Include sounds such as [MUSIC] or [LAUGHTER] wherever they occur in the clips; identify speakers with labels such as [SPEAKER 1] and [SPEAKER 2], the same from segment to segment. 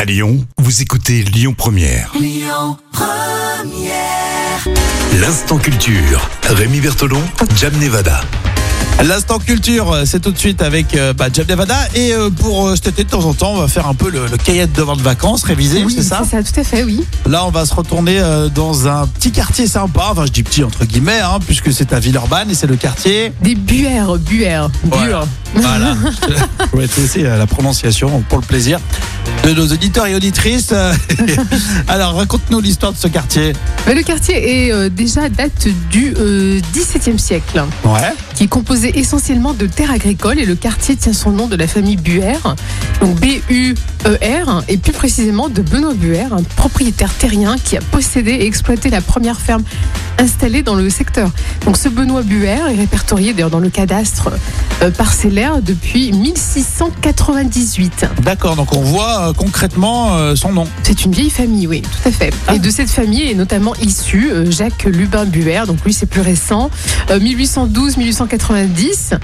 [SPEAKER 1] À Lyon, vous écoutez Lyon Première. Lyon Première. L'instant culture. Rémi Bertolon, Jam Nevada.
[SPEAKER 2] L'instant culture, euh, c'est tout de suite avec euh, bah, Jam Nevada. Et euh, pour euh, cet été, de temps en temps, on va faire un peu le, le cahier de demande vacances, révisé,
[SPEAKER 3] Oui,
[SPEAKER 2] c'est ça
[SPEAKER 3] tout à fait, oui.
[SPEAKER 2] Là, on va se retourner euh, dans un petit quartier sympa. Enfin, je dis petit entre guillemets, hein, puisque c'est à Villeurbanne et c'est le quartier.
[SPEAKER 3] Des buères, buères,
[SPEAKER 2] Voilà.
[SPEAKER 3] bueurs.
[SPEAKER 2] Voilà. Je vais te laisser euh, la prononciation pour le plaisir de nos auditeurs et auditrices. [LAUGHS] Alors, raconte-nous l'histoire de ce quartier.
[SPEAKER 3] Mais le quartier est euh, déjà date du euh, XVIIe siècle,
[SPEAKER 2] Ouais.
[SPEAKER 3] qui est composé essentiellement de terres agricoles et le quartier tient son nom de la famille Buère, donc B-U-E-R, et plus précisément de Benoît Buère, un propriétaire terrien qui a possédé et exploité la première ferme installée dans le secteur. Donc ce Benoît Buère est répertorié d'ailleurs dans le cadastre euh, parcellaire depuis 1698.
[SPEAKER 2] D'accord, donc on voit euh, concrètement euh, son nom.
[SPEAKER 3] C'est une vieille famille, oui, tout à fait.
[SPEAKER 2] Ah.
[SPEAKER 3] Et de cette famille est notamment issu euh, Jacques Lubin Buer, donc lui c'est plus récent, Euh, 1812-1890,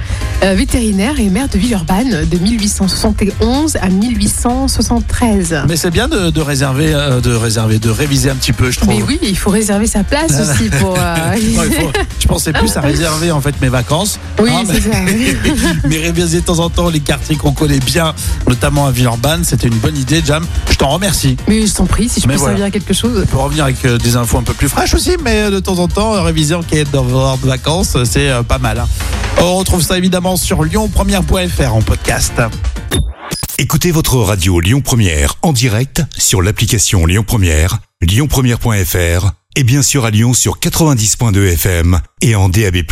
[SPEAKER 3] euh, vétérinaire et maire de Villeurbanne de 1871 à 1873.
[SPEAKER 2] Mais c'est bien de, de réserver, euh, de réserver, de réviser un petit peu, je trouve.
[SPEAKER 3] Mais oui, il faut réserver sa place aussi pour. euh,
[SPEAKER 2] Ah. [LAUGHS] Non, il faut- je pensais plus à réserver en fait mes vacances,
[SPEAKER 3] [LAUGHS] Oui,
[SPEAKER 2] Ah,
[SPEAKER 3] c'est ça. oui.
[SPEAKER 2] [LAUGHS] mais réviser de temps en temps les quartiers qu'on connaît bien, notamment à Villeurbanne, c'était une bonne idée, Jam. Je t'en remercie.
[SPEAKER 3] Mais je t'en prie, si je
[SPEAKER 2] Mais
[SPEAKER 3] peux
[SPEAKER 2] voilà.
[SPEAKER 3] servir à quelque chose.
[SPEAKER 2] On peut revenir avec euh, des infos un peu plus fraîches aussi, mais euh, de temps en temps, euh, réviser en cahier de devoir de vacances, euh, c'est euh, pas mal. hein. On retrouve ça évidemment sur lyonpremière.fr en podcast.
[SPEAKER 1] Écoutez votre radio Lyon Première en direct sur l'application Lyon Première, lyonpremière.fr et bien sûr à Lyon sur 90.2 FM et en DAB+.